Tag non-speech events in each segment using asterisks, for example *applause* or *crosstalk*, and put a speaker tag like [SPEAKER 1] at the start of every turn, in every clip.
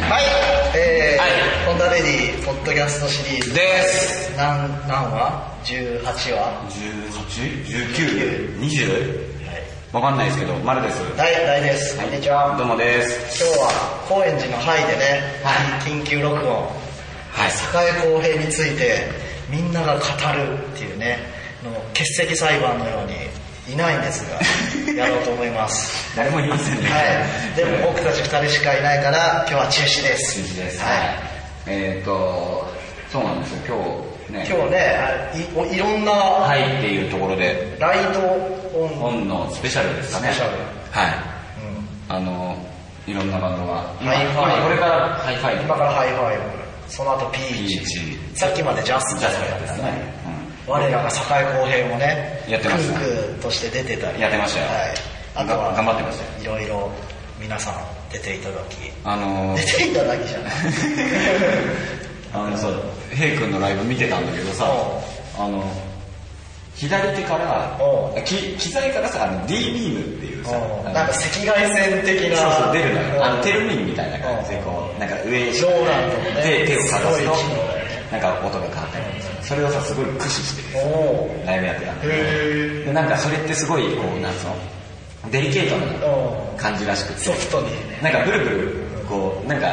[SPEAKER 1] はい、えー、ホンダレディポッドキャストシリーズ
[SPEAKER 2] です
[SPEAKER 1] 何何話 ?18 話はい
[SPEAKER 2] 18?19?20? わかんないですけど、丸です。
[SPEAKER 1] 大大ですこんにちは
[SPEAKER 2] どう
[SPEAKER 1] 今
[SPEAKER 2] もです。
[SPEAKER 1] 日は高円寺のハイでね、
[SPEAKER 2] は
[SPEAKER 1] 緊急録音
[SPEAKER 2] はい。
[SPEAKER 1] 栄公平についてみんなが語るっていうねの欠席裁判のようにいないんです
[SPEAKER 2] *laughs*
[SPEAKER 1] がやろうと思います
[SPEAKER 2] 誰もいませんね。
[SPEAKER 1] はいでも僕たち2人しかいないから今日は中止です
[SPEAKER 2] 数字です。
[SPEAKER 1] はい
[SPEAKER 2] えっと、そうなんですよ、今日ね。
[SPEAKER 1] 今日ねあいいろんな
[SPEAKER 2] はいっていうところで、
[SPEAKER 1] ライトオン、
[SPEAKER 2] 本のスペシャルですかね。
[SPEAKER 1] スペシャル
[SPEAKER 2] はい。
[SPEAKER 1] うん
[SPEAKER 2] あの、いろんなバンドが。今
[SPEAKER 1] ハイファイ
[SPEAKER 2] 今これからハイファイ。
[SPEAKER 1] 今からハイファイブその後ピーチ
[SPEAKER 2] ピーチ
[SPEAKER 1] さっきまでジャス
[SPEAKER 2] ジ
[SPEAKER 1] だ
[SPEAKER 2] ャ
[SPEAKER 1] っ
[SPEAKER 2] ズ
[SPEAKER 1] た
[SPEAKER 2] や
[SPEAKER 1] で
[SPEAKER 2] ですす
[SPEAKER 1] ね
[SPEAKER 2] ね。
[SPEAKER 1] 我らが境公平もね
[SPEAKER 2] やってました
[SPEAKER 1] クークーとして出てたり
[SPEAKER 2] やってましたよ
[SPEAKER 1] はい、あとは
[SPEAKER 2] が頑張ってましたよ
[SPEAKER 1] いろいろ皆さん出ていただき
[SPEAKER 2] うん。あの、
[SPEAKER 1] 出ていただきじ
[SPEAKER 2] *laughs*
[SPEAKER 1] ゃない
[SPEAKER 2] あのさ、ヘイ君のライブ見てたんだけどさ、あの、左手から
[SPEAKER 1] お、
[SPEAKER 2] き機材からさ、あの D ビームっていうさ、
[SPEAKER 1] うん
[SPEAKER 2] あの
[SPEAKER 1] なんか赤外線的な
[SPEAKER 2] そうそう、出るの
[SPEAKER 1] うん
[SPEAKER 2] よ。あの、テルミンみたいな感じで、こう、なんか上
[SPEAKER 1] ローランドのね
[SPEAKER 2] 手手をかざすと
[SPEAKER 1] すごい機能だよね、
[SPEAKER 2] なんか音が変わったりとかさそれをさ、すごい駆使して
[SPEAKER 1] お
[SPEAKER 2] さ、
[SPEAKER 1] お
[SPEAKER 2] ライブやってたんだよ
[SPEAKER 1] へ
[SPEAKER 2] で、なんかそれってすごい、こう、なんつうの、デリケート
[SPEAKER 1] え
[SPEAKER 2] な感じらしくて
[SPEAKER 1] ソ、フトにね
[SPEAKER 2] なんかブルブル、こう、なんか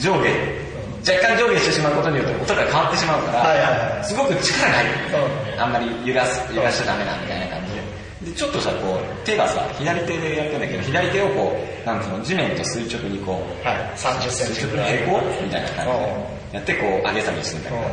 [SPEAKER 2] 上下、若干上下してしまうことによって音が変わってしまうか
[SPEAKER 1] はいはいは
[SPEAKER 2] ら、
[SPEAKER 1] い
[SPEAKER 2] すごく力が入る、
[SPEAKER 1] う
[SPEAKER 2] あんまり揺らす、揺らしちゃダメだみたいな感じで。で、ちょっとさ、こう、手がさ、左手でやってんだけど、左手をこう、なんつうの、地面と垂直にこう、
[SPEAKER 1] はい30センチ
[SPEAKER 2] 垂
[SPEAKER 1] ぐ
[SPEAKER 2] 直
[SPEAKER 1] ら
[SPEAKER 2] に
[SPEAKER 1] い
[SPEAKER 2] 平行みたいな感じで、やってこう、上げ下げしてみたいな。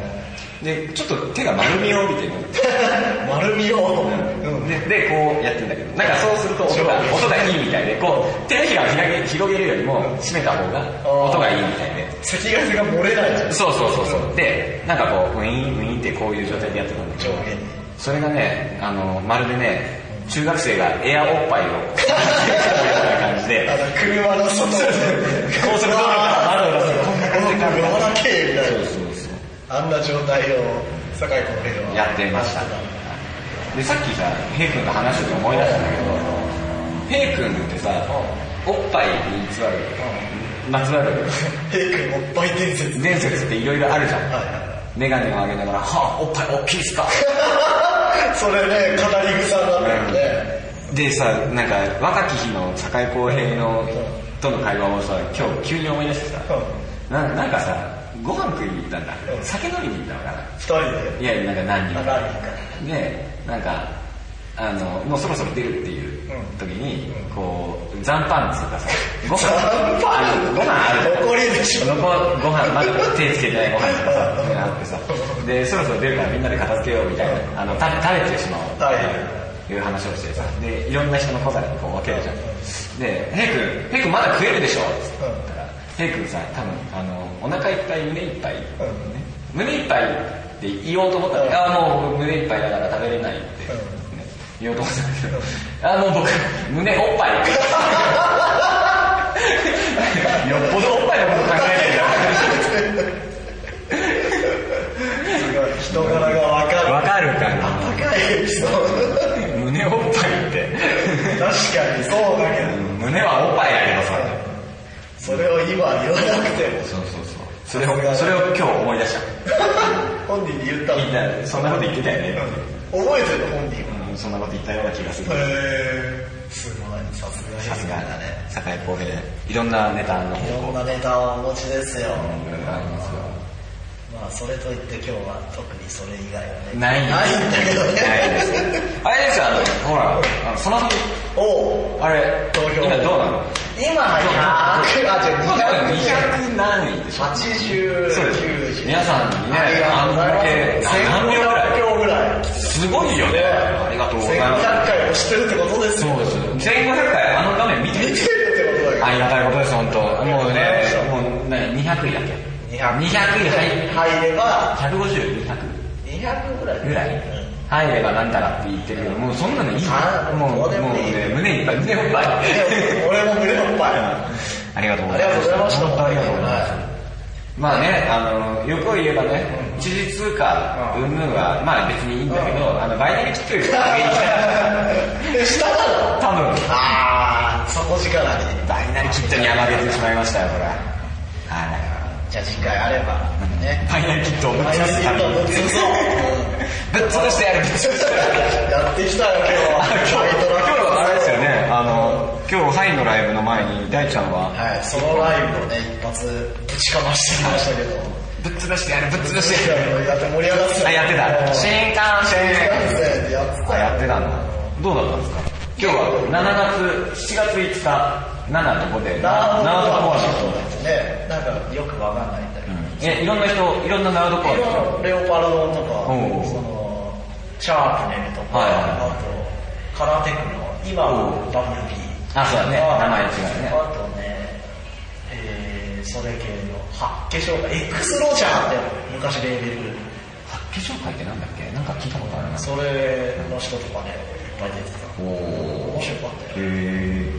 [SPEAKER 2] で、ちょっと手が丸みを帯びてる。
[SPEAKER 1] うん丸みを、うん
[SPEAKER 2] で、でこうやってんだけど、なんかそうすると音が、音がいいみたいで、こう、手のひらを広げ広げるよりも、締めた方が音がいいみたいで。
[SPEAKER 1] 赤外線が漏れないじゃん
[SPEAKER 2] そうそうそうそう。で、なんかこう、ウィーン、ウィーンってこういう状態でやってたんだけ
[SPEAKER 1] 上
[SPEAKER 2] ど、
[SPEAKER 1] 下に
[SPEAKER 2] それがね、あの、まるでね、中学生がエアおっぱいを、みたいな感じで、
[SPEAKER 1] あの車の外
[SPEAKER 2] 高速道路から窓を出すこんな感じで
[SPEAKER 1] やわらけえみたい
[SPEAKER 2] そう
[SPEAKER 1] な
[SPEAKER 2] そうそう、
[SPEAKER 1] あんな状態を酒井公平は
[SPEAKER 2] やってました。で、さっきさ、ヘイ君が話してて思い出したんだけど、ヘイ君ってさ、おっぱいにつわる、まつわる
[SPEAKER 1] 平君おっぱい伝説
[SPEAKER 2] 伝説っていろいろあるじゃん。
[SPEAKER 1] はいは
[SPEAKER 2] メガネを上げながら、はぁ、おっぱい大きいっすか
[SPEAKER 1] いそれね語り草になったよね
[SPEAKER 2] でさ、なんか若き日の坂井公平のとの会話をさ、今日急に思い出してさ、ななんかさ、ご飯食いに行ったんだ
[SPEAKER 1] う。ん
[SPEAKER 2] 酒飲みに行ったのかな。
[SPEAKER 1] 二人
[SPEAKER 2] いやいや、なんか何人
[SPEAKER 1] で
[SPEAKER 2] か。
[SPEAKER 1] 何人か
[SPEAKER 2] で、なんか、あの、もうそろそろ出るっていう
[SPEAKER 1] うん
[SPEAKER 2] 時に、こう、残飯っつうかさ、ご飯
[SPEAKER 1] 残飯
[SPEAKER 2] あるご飯ある。
[SPEAKER 1] 残りでしょ
[SPEAKER 2] 残ご飯、まだ手つけてないご飯とかさ、そういうのあってさ、で、そろそろ出るからみんなで片付けようみたいな、あの、食べ食べてしまおう。
[SPEAKER 1] はい
[SPEAKER 2] いう話をしてさ、で、いろんな人の小皿にこう分けるじゃん。で、ヘイ君、ヘイ君まだ食えるでしょつって言ったら、ヘイ君さ、多分、あの、お腹いっぱい、胸いっぱい、ね胸いっぱいって言おうと思ったのに、ああ、もう僕胸いっぱいだから食べれないって、ね言おうと思ったんだけど、ああ、もう僕、胸おっぱい。 *laughs* よっぽどおっぱいのこと考えてるな。
[SPEAKER 1] すごい人柄がわかる
[SPEAKER 2] わかるかな
[SPEAKER 1] 高いエピソード確
[SPEAKER 2] 胸おっぱいって。
[SPEAKER 1] かにそうだけど
[SPEAKER 2] 胸はおっぱいだけどさ。
[SPEAKER 1] それを今言わなくても
[SPEAKER 2] そうそうそう。それを、それを今日思い出した。
[SPEAKER 1] 本人に言ったの
[SPEAKER 2] みんな、そんなこと言ってたよね。
[SPEAKER 1] 覚えてる本人は
[SPEAKER 2] うん、そんなこと言ったような気がする。
[SPEAKER 1] へえすごいさすが
[SPEAKER 2] さすが
[SPEAKER 1] だね、
[SPEAKER 2] 坂井公平、いろんなネタの
[SPEAKER 1] い
[SPEAKER 2] 方
[SPEAKER 1] ろ
[SPEAKER 2] 向
[SPEAKER 1] んなネタをお持ちですよ、
[SPEAKER 2] がありますよ。
[SPEAKER 1] まあそれといって今日は特にそれ以外はね
[SPEAKER 2] ない
[SPEAKER 1] ないんだけどね
[SPEAKER 2] ないです。あれですよ、あの、ほら、あのその先、
[SPEAKER 1] おお
[SPEAKER 2] あれ、
[SPEAKER 1] 投票
[SPEAKER 2] 今どうなの
[SPEAKER 1] 今は100あじゃ
[SPEAKER 2] 今多
[SPEAKER 1] あ
[SPEAKER 2] 分
[SPEAKER 1] 200
[SPEAKER 2] 200何位でしょ
[SPEAKER 1] 80
[SPEAKER 2] そうです皆さんにね
[SPEAKER 1] ありがとうございます
[SPEAKER 2] あんだけ何秒ぐらい
[SPEAKER 1] 1500票ぐらい
[SPEAKER 2] すごいよね。ありがとうございます。
[SPEAKER 1] 1500回押してるってことですよ
[SPEAKER 2] そうです。1500回、あの画面見て
[SPEAKER 1] 見てるってことだよ
[SPEAKER 2] ありがたいことです、本当。もうね、もう何、200位だっけ
[SPEAKER 1] 200
[SPEAKER 2] ?200 位入
[SPEAKER 1] 入れば
[SPEAKER 2] 150、200
[SPEAKER 1] 200ぐらい
[SPEAKER 2] ぐらい
[SPEAKER 1] うん。
[SPEAKER 2] 入ればなんたらって言ってるけど、もうそんなのいいよ
[SPEAKER 1] あ。
[SPEAKER 2] もう、
[SPEAKER 1] どう
[SPEAKER 2] もう
[SPEAKER 1] でもいい
[SPEAKER 2] ね、胸いっぱい、胸いっぱい。
[SPEAKER 1] 俺も胸おっぱい
[SPEAKER 2] ありがとうご
[SPEAKER 1] あ
[SPEAKER 2] ざ
[SPEAKER 1] りが
[SPEAKER 2] い
[SPEAKER 1] とうご
[SPEAKER 2] ま
[SPEAKER 1] ざいまし
[SPEAKER 2] す。
[SPEAKER 1] た
[SPEAKER 2] 本当ありがとうございます。まあね、あの、欲を言えばね、一時通貨、
[SPEAKER 1] うん
[SPEAKER 2] うんぬんは、まあ別にいいんだけど、あの、バイナリーキットより上げに行き
[SPEAKER 1] え下なの
[SPEAKER 2] たい。多分、
[SPEAKER 1] ああ底力に
[SPEAKER 2] バイナリーキットに甘げてしまいましたよ、これは。は
[SPEAKER 1] じゃあ次回あれば
[SPEAKER 2] い。
[SPEAKER 1] ね
[SPEAKER 2] バイナリーキットをぶっ潰すため
[SPEAKER 1] バイナリーキッ
[SPEAKER 2] に
[SPEAKER 1] トをぶっ潰そう
[SPEAKER 2] ぶっ潰してやる、ぶっ潰してやる。
[SPEAKER 1] やってきたよ今日
[SPEAKER 2] あ今日、
[SPEAKER 1] タイトル
[SPEAKER 2] 今日あれですよね、あの、今日、ハイのライブの前に、大ちゃんは、
[SPEAKER 1] はいそのライブをね一発ぶちかましてきましたけど
[SPEAKER 2] ぶっ潰してやる、ぶっ潰してやる。
[SPEAKER 1] だって盛り上がってた
[SPEAKER 2] あ、やって
[SPEAKER 1] う
[SPEAKER 2] た。
[SPEAKER 1] ん
[SPEAKER 2] 新幹線。
[SPEAKER 1] でやって
[SPEAKER 2] あ
[SPEAKER 1] た
[SPEAKER 2] やってたんだどうだったんですか今日は7月7月5日7と5で
[SPEAKER 1] ナウド
[SPEAKER 2] ナ
[SPEAKER 1] コ
[SPEAKER 2] ウドコア
[SPEAKER 1] ア
[SPEAKER 2] シ
[SPEAKER 1] シ
[SPEAKER 2] フ
[SPEAKER 1] フ
[SPEAKER 2] ト
[SPEAKER 1] トだねなんかよくわかんないんだけど
[SPEAKER 2] えいろんな人いろんなナウドコアシフト
[SPEAKER 1] レオパルドンとか、
[SPEAKER 2] うん
[SPEAKER 1] そのシャープネルとか、
[SPEAKER 2] はいは
[SPEAKER 1] あとカラテクの今
[SPEAKER 2] う
[SPEAKER 1] の
[SPEAKER 2] ん
[SPEAKER 1] WB
[SPEAKER 2] あそうだね
[SPEAKER 1] とか
[SPEAKER 2] 名前違うね
[SPEAKER 1] あとね、えー、それ系の八化粧会 X ロジャーって昔レーベル
[SPEAKER 2] 発見紹介ってなんだっけなんか聞いたことあるな
[SPEAKER 1] それの人とかねいっぱい出てた
[SPEAKER 2] おお
[SPEAKER 1] 面
[SPEAKER 2] へ
[SPEAKER 1] 白かったよ
[SPEAKER 2] え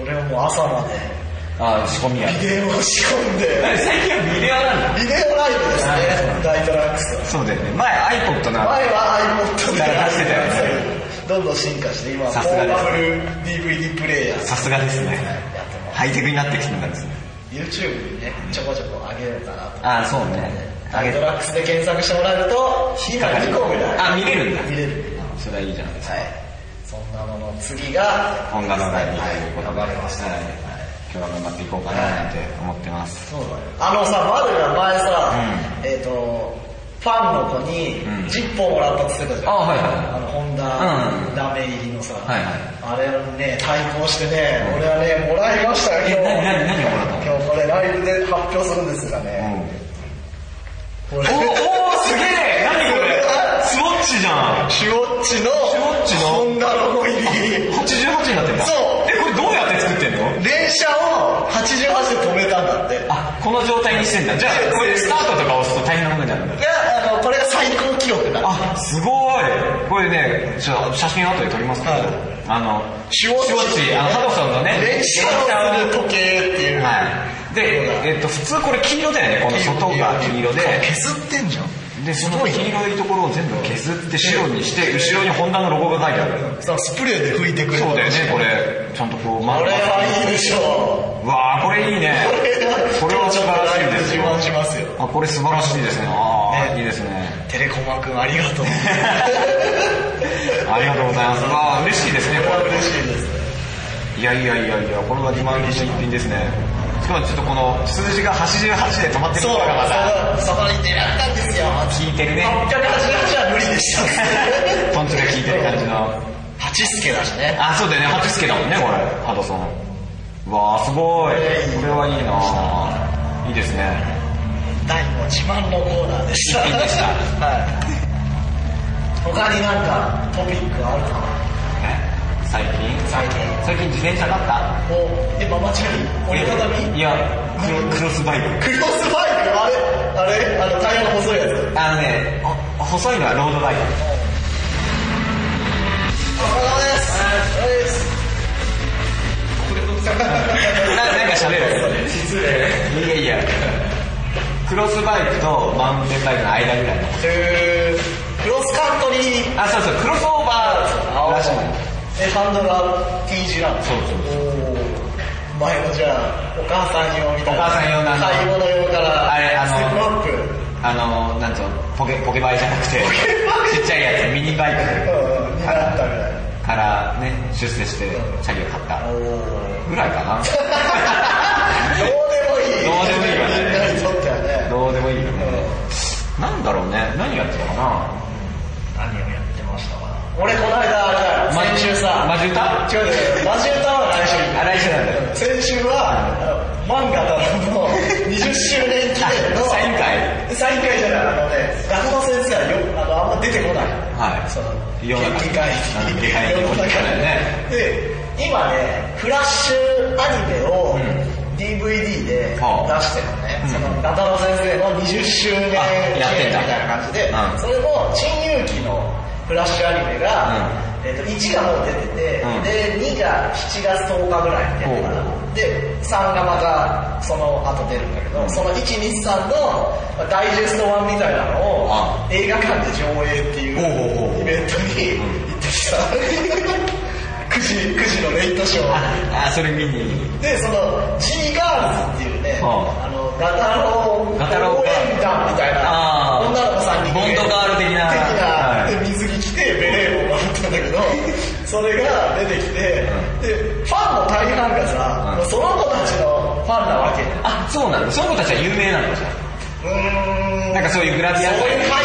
[SPEAKER 1] 俺はもう朝まで
[SPEAKER 2] あ仕込みや
[SPEAKER 1] ビデオを仕込んで
[SPEAKER 2] 最近はビデオなんだ
[SPEAKER 1] ビデオライブです
[SPEAKER 2] は
[SPEAKER 1] ね大トラックスは
[SPEAKER 2] そうだよね前 iPod
[SPEAKER 1] 前
[SPEAKER 2] な
[SPEAKER 1] は iPod で
[SPEAKER 2] 流してた
[SPEAKER 1] ど
[SPEAKER 2] よ
[SPEAKER 1] んどん進化して今は
[SPEAKER 2] さすがです
[SPEAKER 1] ポータブル DVD プレイヤー
[SPEAKER 2] さすがです
[SPEAKER 1] や
[SPEAKER 2] ね
[SPEAKER 1] ってま
[SPEAKER 2] ハイテクになってきてたんですね
[SPEAKER 1] す YouTube にねちょこちょこ上げようかなと
[SPEAKER 2] あそうね
[SPEAKER 1] ダイドラックスで検索してもらえると
[SPEAKER 2] 引っ
[SPEAKER 1] 今
[SPEAKER 2] かかる
[SPEAKER 1] 2個ぐらい
[SPEAKER 2] あ見れるんだ
[SPEAKER 1] 見れる
[SPEAKER 2] それはいいじゃないです
[SPEAKER 1] は
[SPEAKER 2] か
[SPEAKER 1] いそんなものの次が
[SPEAKER 2] 本がの題にと
[SPEAKER 1] はい
[SPEAKER 2] いうこと
[SPEAKER 1] 頑
[SPEAKER 2] で、
[SPEAKER 1] 張りました
[SPEAKER 2] はい今日は頑張っていこうかななんて思ってます。
[SPEAKER 1] そうだよあのさ丸が前さ
[SPEAKER 2] う
[SPEAKER 1] えっとファンの子に
[SPEAKER 2] うん
[SPEAKER 1] 10本もらったって言ってたじゃん
[SPEAKER 2] あはいはい
[SPEAKER 1] あのホンダ
[SPEAKER 2] うん
[SPEAKER 1] ラメ入りのさ
[SPEAKER 2] はいは
[SPEAKER 1] あ
[SPEAKER 2] い
[SPEAKER 1] れね、対抗してね、俺はね、もらいましたよ、今日。
[SPEAKER 2] え何何何をもらった
[SPEAKER 1] 今日これライブで発表するんですが
[SPEAKER 2] お
[SPEAKER 1] ね。こ
[SPEAKER 2] お
[SPEAKER 1] れ、
[SPEAKER 2] ーすげえ何これスウォッチじゃん
[SPEAKER 1] シュウォッチの、
[SPEAKER 2] シュ
[SPEAKER 1] ホン
[SPEAKER 2] ウォッチの
[SPEAKER 1] ダロゴ入り、
[SPEAKER 2] !88 になってんだ。
[SPEAKER 1] そう
[SPEAKER 2] え、これどうやって作ってんの
[SPEAKER 1] 連射を88で止めたんだって。で、
[SPEAKER 2] あ、この状態にしてんだ。じゃあ、これスタートとか押すと大変なことになるんだ。
[SPEAKER 1] あの、これが最高記録だ。
[SPEAKER 2] あ、すごいこれね、ちょ写真後で撮りますけど、
[SPEAKER 1] はい
[SPEAKER 2] あの、
[SPEAKER 1] シュウォッチ
[SPEAKER 2] ウォッチ、あの、ハドソンのね、
[SPEAKER 1] 連射をする時計っていう。
[SPEAKER 2] はい。で、えっと、普通これ黄色だよね、この外が黄色で。
[SPEAKER 1] 削ってんじゃん。
[SPEAKER 2] で、その
[SPEAKER 1] すごい
[SPEAKER 2] 黄色いところを全部削って白にして、後ろにホンダのロゴが書いてある。
[SPEAKER 1] さ、スプレーで拭いてくれ
[SPEAKER 2] そうだよね、これ。ちゃんとこう、
[SPEAKER 1] こ
[SPEAKER 2] 丸
[SPEAKER 1] れ
[SPEAKER 2] が
[SPEAKER 1] はいいでしょう。
[SPEAKER 2] わあこれいいね。これは素晴らしいです
[SPEAKER 1] 自
[SPEAKER 2] よ。
[SPEAKER 1] 慢しますよ。
[SPEAKER 2] あ、これ素晴らしいですね。ああ、
[SPEAKER 1] ね
[SPEAKER 2] いいですね。
[SPEAKER 1] テレコマくんありがとう。
[SPEAKER 2] ありがとうございます。わあ嬉しいですね、これ。
[SPEAKER 1] 嬉しいですね。
[SPEAKER 2] いやいやいやいや、これは自慢の一品ですね。しかもちょっとこの数字が88で止まってる
[SPEAKER 1] そう
[SPEAKER 2] ところがまた、
[SPEAKER 1] そこに出会ったんですよ。
[SPEAKER 2] 効いてるね。
[SPEAKER 1] 888は無理でした。
[SPEAKER 2] ポンチが効いてる感じの。
[SPEAKER 1] 八助だしね。
[SPEAKER 2] あ、そうだよね、ハチスケだもんね、これ、ハドソン。わあすごい。これはいいなぁいいですね。
[SPEAKER 1] 第5自慢のコーナーでした。
[SPEAKER 2] いいでした
[SPEAKER 1] はい。他になんかトピックあるかな
[SPEAKER 2] 最近
[SPEAKER 1] 最近。
[SPEAKER 2] 最近自転車買った
[SPEAKER 1] お、え、ママチャリ折りたたみ
[SPEAKER 2] いや、クロクロスバイク。
[SPEAKER 1] クロスバイクあれあれあの、タイヤの細いやつ。
[SPEAKER 2] あのね、お細いのはロードバイク。
[SPEAKER 1] お疲れ様です。
[SPEAKER 2] ななんか喋る
[SPEAKER 1] 失礼。
[SPEAKER 2] いやいや。クロスバイクとマウンテンバイクの間ぐらいの。
[SPEAKER 1] えー、クロスカントリー。
[SPEAKER 2] あ、そうそう、クロスオーバーらしいの。
[SPEAKER 1] え、ハンドルは T 字なの
[SPEAKER 2] そうそう
[SPEAKER 1] おー前のじゃあ、お母さん用みたいな。
[SPEAKER 2] お母さん用なの
[SPEAKER 1] 買い物用から、
[SPEAKER 2] あれあの
[SPEAKER 1] ステップアップ。
[SPEAKER 2] あの、なんつうの、ポケ、ポケバイじゃなくて、ちっちゃいやつ、ミニバイク
[SPEAKER 1] うんうん、になったみたいな。
[SPEAKER 2] からね、出世して、チャリを買った
[SPEAKER 1] お。ー
[SPEAKER 2] ぐらいかな。
[SPEAKER 1] どうでもいい。
[SPEAKER 2] どうでもいいわね
[SPEAKER 1] みんなにとってはね。
[SPEAKER 2] どうでもいいよ
[SPEAKER 1] うん
[SPEAKER 2] ね。なんだろうね、何やってたかな
[SPEAKER 1] 何をやってましたかな俺、この間、あれだよ
[SPEAKER 2] マ
[SPEAKER 1] 先週さ、
[SPEAKER 2] マジ歌あ、
[SPEAKER 1] 違う違う、マジ歌は来週
[SPEAKER 2] 来週なんだよ。
[SPEAKER 1] 先週は、あの漫画太郎の20周年記念の
[SPEAKER 2] サイン会
[SPEAKER 1] サイン会じゃない、あのね、学校先生はよあのあんま出てこない。
[SPEAKER 2] はい
[SPEAKER 1] その、
[SPEAKER 2] 世の中
[SPEAKER 1] 研究会
[SPEAKER 2] うん
[SPEAKER 1] に。
[SPEAKER 2] 研究会に
[SPEAKER 1] 世の中に
[SPEAKER 2] ね
[SPEAKER 1] で、今ね、フラッシュアニメを
[SPEAKER 2] うん
[SPEAKER 1] DVD で出してる
[SPEAKER 2] はあ
[SPEAKER 1] のね。
[SPEAKER 2] うん
[SPEAKER 1] その、ガタロ先生の20周年記
[SPEAKER 2] あやってん
[SPEAKER 1] 念
[SPEAKER 2] だ
[SPEAKER 1] みたいな感じで、
[SPEAKER 2] うん
[SPEAKER 1] それも、珍遊記のフラッシュアニメが、
[SPEAKER 2] うん
[SPEAKER 1] えっと1がもう出てて、
[SPEAKER 2] う
[SPEAKER 1] で
[SPEAKER 2] ん
[SPEAKER 1] 2が7月10日ぐらいに出てから
[SPEAKER 2] ほ
[SPEAKER 1] で3がまたその後出るんだけど、
[SPEAKER 2] ん
[SPEAKER 1] その123のまあダイジェスト版みたいなのを
[SPEAKER 2] あ
[SPEAKER 1] 映画館で上映っていう
[SPEAKER 2] ほうほうほう
[SPEAKER 1] イベントに行ってきた9時 ,9 時のレイトショー
[SPEAKER 2] ああそれ見に
[SPEAKER 1] でその G ガールズっていうね、
[SPEAKER 2] は
[SPEAKER 1] あのガタロウ
[SPEAKER 2] ガタロウ
[SPEAKER 1] 応援団みたいな
[SPEAKER 2] あー
[SPEAKER 1] 女の子さんに
[SPEAKER 2] ボンドガール的な
[SPEAKER 1] 的な、
[SPEAKER 2] はい
[SPEAKER 1] で水着着てベレー帽をったんだけどそれが出てきて、でファンの大半がさ、
[SPEAKER 2] うん
[SPEAKER 1] その子たちのファンなわけ
[SPEAKER 2] あそうなんだその子たちは有名なのじゃ
[SPEAKER 1] うーん
[SPEAKER 2] なんかそういうグラビア
[SPEAKER 1] そういう界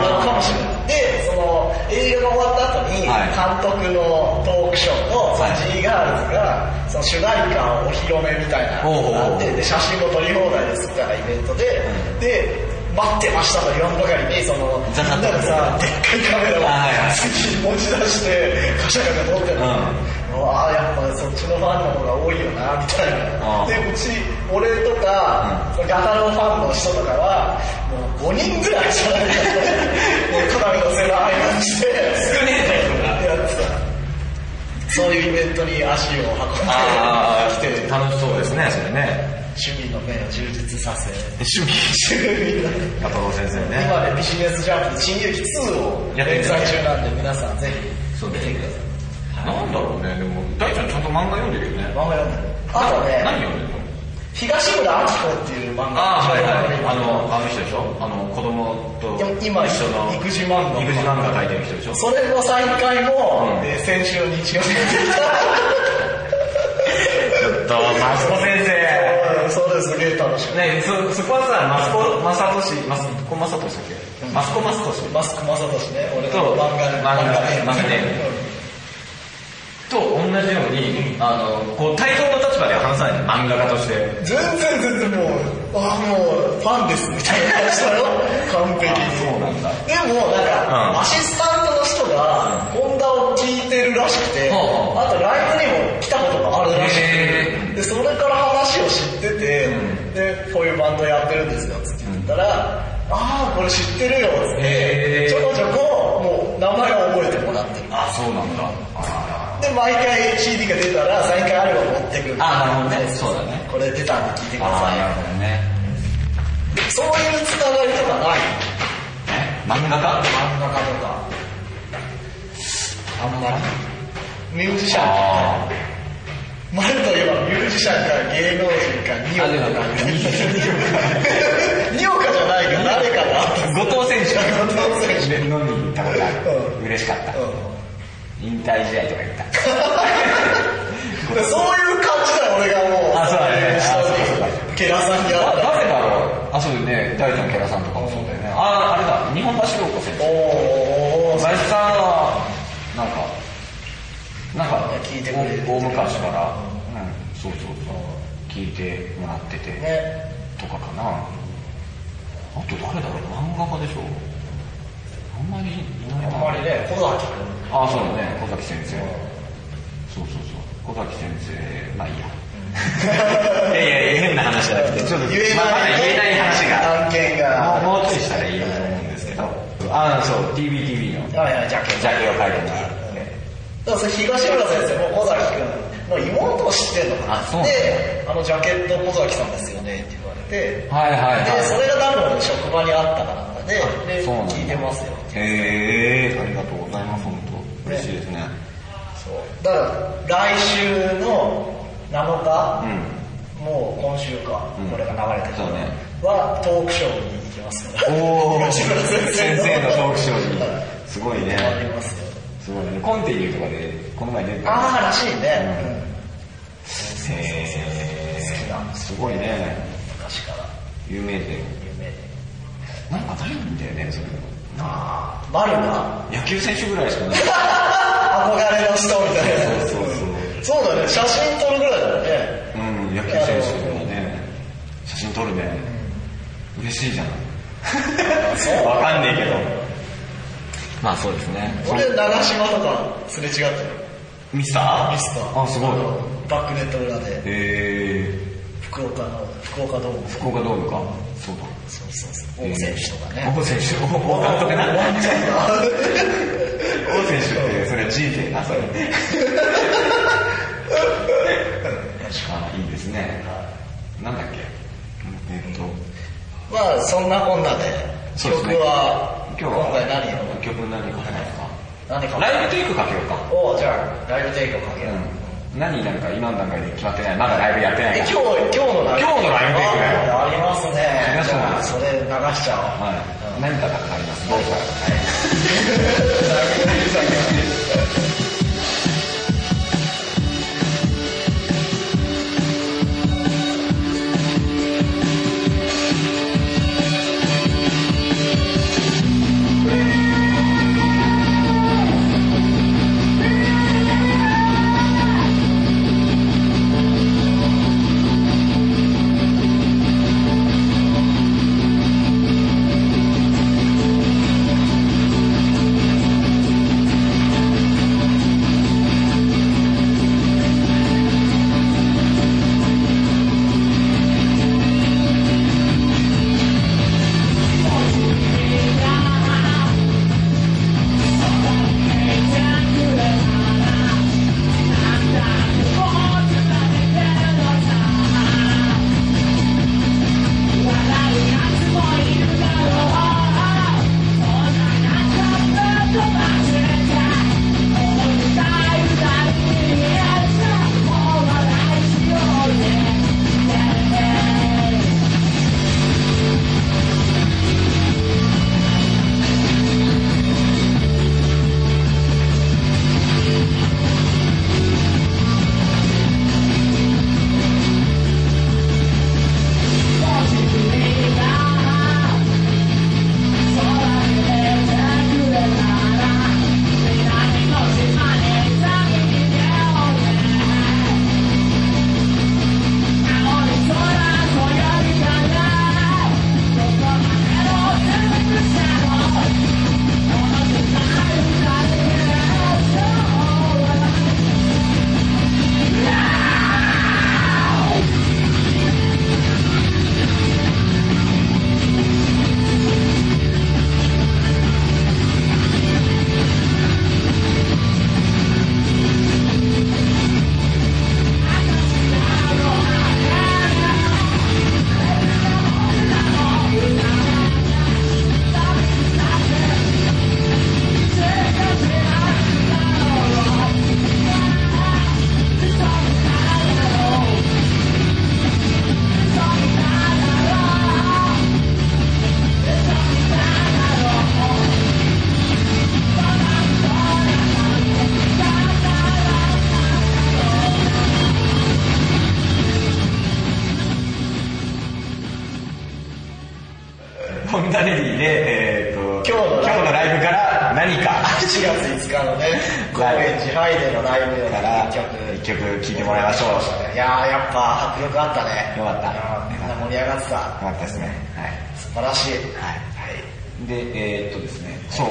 [SPEAKER 1] 隈では有名なのかもしれないでその映画が終わった後に
[SPEAKER 2] はい
[SPEAKER 1] 監督のトークショーとその
[SPEAKER 2] はい
[SPEAKER 1] G ガールズがその主題歌をお披露目みたいなのがあっ
[SPEAKER 2] おうおう
[SPEAKER 1] て
[SPEAKER 2] おう
[SPEAKER 1] で写真も撮り放題ですみたいなイベントでで待ってましたと言わんばかりにそのみん
[SPEAKER 2] ザザッと
[SPEAKER 1] ながさでっかいカメラを
[SPEAKER 2] はいはい
[SPEAKER 1] 次に持ち出してカシャカシャ撮ってるのうわあやっぱそっちのファンの方が多いよなみたいな
[SPEAKER 2] あー
[SPEAKER 1] でうち俺とか、そのガタロウファンの人とかはもう5人ぐらいじゃないかと肩の背の間にして
[SPEAKER 2] 少ねえ
[SPEAKER 1] やってたそういうイベントに足を運んで
[SPEAKER 2] ああ
[SPEAKER 1] きて
[SPEAKER 2] 楽しそうですねそれね
[SPEAKER 1] 趣味の面を充実させ
[SPEAKER 2] 趣味加藤先生ね
[SPEAKER 1] 今ねビジネスジャンプ新遊記2を
[SPEAKER 2] やって
[SPEAKER 1] 連
[SPEAKER 2] る
[SPEAKER 1] 載中なんで皆さんぜひ
[SPEAKER 2] そう
[SPEAKER 1] 見
[SPEAKER 2] です
[SPEAKER 1] てください
[SPEAKER 2] なんだろうねでも大ちゃんちゃんと漫画読んでるよね
[SPEAKER 1] 漫画読んでるあと
[SPEAKER 2] 何
[SPEAKER 1] ね
[SPEAKER 2] 読んでるの
[SPEAKER 1] 東村明子っていう漫画
[SPEAKER 2] ああはいはいあのあの人でしょあの子供と
[SPEAKER 1] いや今
[SPEAKER 2] 一緒の
[SPEAKER 1] 育児漫画
[SPEAKER 2] 育児漫画書いてる人でしょ
[SPEAKER 1] それの再開も、
[SPEAKER 2] うん
[SPEAKER 1] えー先週日
[SPEAKER 2] *laughs*
[SPEAKER 1] 曜日
[SPEAKER 2] ちょっとマスコ先
[SPEAKER 1] そうですげえ楽しかっ
[SPEAKER 2] ねそそこはさマスコマサトシマスコマサトシだっけマスコマサトシ
[SPEAKER 1] たマスクマサトシね俺の
[SPEAKER 2] そう
[SPEAKER 1] 漫画
[SPEAKER 2] 漫画
[SPEAKER 1] ね
[SPEAKER 2] 漫画ねと同じようにあのこう対等の立場では話さないの漫画家として
[SPEAKER 1] うん全然全然もうああもうファンですみたいな感じだ *laughs* よ完璧
[SPEAKER 2] あそうなんだ
[SPEAKER 1] でもなんか、
[SPEAKER 2] うん
[SPEAKER 1] アシスタントの人がホンダを聞いてるらしくて、
[SPEAKER 2] ほうほう
[SPEAKER 1] あとライブにも来たことがあるらしく
[SPEAKER 2] へ
[SPEAKER 1] て、でそれから話を知ってて、
[SPEAKER 2] うん
[SPEAKER 1] でこういうバンドやってるんですよつって言ったら、ああこれ知ってるよつっ
[SPEAKER 2] へ
[SPEAKER 1] て
[SPEAKER 2] ー
[SPEAKER 1] ちょこちょこもう名前を覚えてもらってる
[SPEAKER 2] あそうなんだあ
[SPEAKER 1] で毎回 CD が出たら再回アルバム持ってくる
[SPEAKER 2] あなるほどねそうだね
[SPEAKER 1] これ出たんで聞いて
[SPEAKER 2] ー
[SPEAKER 1] ください
[SPEAKER 2] なるほどね
[SPEAKER 1] そういうつながりとかない
[SPEAKER 2] え漫画家
[SPEAKER 1] 漫画家とかあんまりミュージシャン
[SPEAKER 2] あ
[SPEAKER 1] 前といえばミュージシャンか芸能人かニオ
[SPEAKER 2] あ
[SPEAKER 1] カ
[SPEAKER 2] でも
[SPEAKER 1] かニオカじゃないけど誰かな
[SPEAKER 2] あ後藤選手
[SPEAKER 1] 後藤選
[SPEAKER 2] 手飲みに行ったことある、
[SPEAKER 1] う
[SPEAKER 2] 嬉しかった、
[SPEAKER 1] う
[SPEAKER 2] 引退試合とか言った
[SPEAKER 1] んでそういう感じだよ俺がもう
[SPEAKER 2] あそうだねあそうだそうだ
[SPEAKER 1] ケラさんに会
[SPEAKER 2] あ
[SPEAKER 1] ったら
[SPEAKER 2] 誰だろうあそうだよね大ちゃんキャラさんとかもそうだよねああれだ日本橋陽子選手
[SPEAKER 1] おーおーおー
[SPEAKER 2] 林さんはなんかなんか
[SPEAKER 1] 聞いてくれてる
[SPEAKER 2] 大昔から、うん、そうそうそう聞いてもらってて、
[SPEAKER 1] ね
[SPEAKER 2] とかかなあと誰だろう漫画家でしょあんまりいない
[SPEAKER 1] あ
[SPEAKER 2] なん
[SPEAKER 1] まりね小崎君
[SPEAKER 2] あそうだね小崎先生そうそうそう小崎先生まあいい
[SPEAKER 1] *laughs*
[SPEAKER 2] やいやいや変な話じゃなくてちょっと
[SPEAKER 1] 言えない
[SPEAKER 2] まあまだ言えない話が
[SPEAKER 1] 案件が
[SPEAKER 2] もうもうちょいしたらいいと思うんですけどああそう TVTV の
[SPEAKER 1] はいはいじゃあ
[SPEAKER 2] ジャケを書いてもらう
[SPEAKER 1] だからそれ東村先生も小崎君の妹を知ってんのかな
[SPEAKER 2] あそう
[SPEAKER 1] で、あのジャケット小崎さんですよねって言われて、
[SPEAKER 2] はいはいはい
[SPEAKER 1] で、それが多分職場にあったからなんかで、で
[SPEAKER 2] そうなんだ
[SPEAKER 1] 聞いてますよ。
[SPEAKER 2] へえありがとうございます本当嬉しいです *laughs* ね
[SPEAKER 1] そう。だから、来週の7日、もう今週か、
[SPEAKER 2] うん
[SPEAKER 1] これが流れてる
[SPEAKER 2] そうね
[SPEAKER 1] はトークショーに行きますから。
[SPEAKER 2] おお
[SPEAKER 1] 東村先生
[SPEAKER 2] 先
[SPEAKER 1] の
[SPEAKER 2] 生のトークショー
[SPEAKER 1] はい
[SPEAKER 2] にすごいね
[SPEAKER 1] ありますよ。
[SPEAKER 2] すごいねコンティニューとかでこの前出てた
[SPEAKER 1] あーらしいね。
[SPEAKER 2] うん
[SPEAKER 1] うん好き
[SPEAKER 2] へ
[SPEAKER 1] な
[SPEAKER 2] ーすごいね
[SPEAKER 1] 昔から
[SPEAKER 2] 有名
[SPEAKER 1] 有名
[SPEAKER 2] 人
[SPEAKER 1] で。
[SPEAKER 2] なんかないんだよねそういうの
[SPEAKER 1] あー、バルナ
[SPEAKER 2] 野球選手ぐらいしかない
[SPEAKER 1] 憧れの人みたいな。
[SPEAKER 2] そうそうそう
[SPEAKER 1] そうだね、写真撮るぐらいだもんね。
[SPEAKER 2] うん野球選手とかね写真撮るね嬉しいじゃん
[SPEAKER 1] *laughs* そう
[SPEAKER 2] わかんねえけどまあそうですね
[SPEAKER 1] 俺、長島とかすれ違ってる。
[SPEAKER 2] ミスター
[SPEAKER 1] ミスター。
[SPEAKER 2] あすごい
[SPEAKER 1] バックネット裏で、
[SPEAKER 2] へえ
[SPEAKER 1] 福岡の、福岡ドーム。
[SPEAKER 2] 福岡ドームかそうだ
[SPEAKER 1] そうそうそう。大
[SPEAKER 2] *laughs*
[SPEAKER 1] 選手とかね。
[SPEAKER 2] 王選手王監督な王
[SPEAKER 1] 終わっちゃうな
[SPEAKER 2] 選手ってそれ人生なそれあいいですねなんだっけえっと
[SPEAKER 1] まあそんなこんなで
[SPEAKER 2] そう
[SPEAKER 1] 曲
[SPEAKER 2] ですね
[SPEAKER 1] は
[SPEAKER 2] 今
[SPEAKER 1] 今
[SPEAKER 2] 日は
[SPEAKER 1] 回何を
[SPEAKER 2] 曲何かけますか
[SPEAKER 1] 何か
[SPEAKER 2] ライブテイクかけようか
[SPEAKER 1] おうじゃあライブテイクをかけよう、
[SPEAKER 2] うん何になるか今の段階で決まってないまだライブやってな
[SPEAKER 1] え
[SPEAKER 2] い
[SPEAKER 1] 今
[SPEAKER 2] か
[SPEAKER 1] 日今日のライブ
[SPEAKER 2] 今日のライブテイクだよ
[SPEAKER 1] ああります
[SPEAKER 2] 流
[SPEAKER 1] ね
[SPEAKER 2] しち
[SPEAKER 1] じゃ
[SPEAKER 2] ゃおう
[SPEAKER 1] あそれ流しちゃおう
[SPEAKER 2] *laughs* ら、はい、何かがかかりますどうぞホンダレディで、えー、っと
[SPEAKER 1] 今日のライブ
[SPEAKER 2] のライブから何か
[SPEAKER 1] 4月5日のね高
[SPEAKER 2] ライブ
[SPEAKER 1] 円寺ハイデのライブで
[SPEAKER 2] か
[SPEAKER 1] の
[SPEAKER 2] ら
[SPEAKER 1] 一曲
[SPEAKER 2] 一曲聴いてもらいましょうよ
[SPEAKER 1] いやーやっぱ迫力あったね
[SPEAKER 2] よかった
[SPEAKER 1] うんみんな盛り上がってた
[SPEAKER 2] かったですねはい
[SPEAKER 1] 素晴らしい
[SPEAKER 2] はい
[SPEAKER 1] はい
[SPEAKER 2] でえー、っとですねそう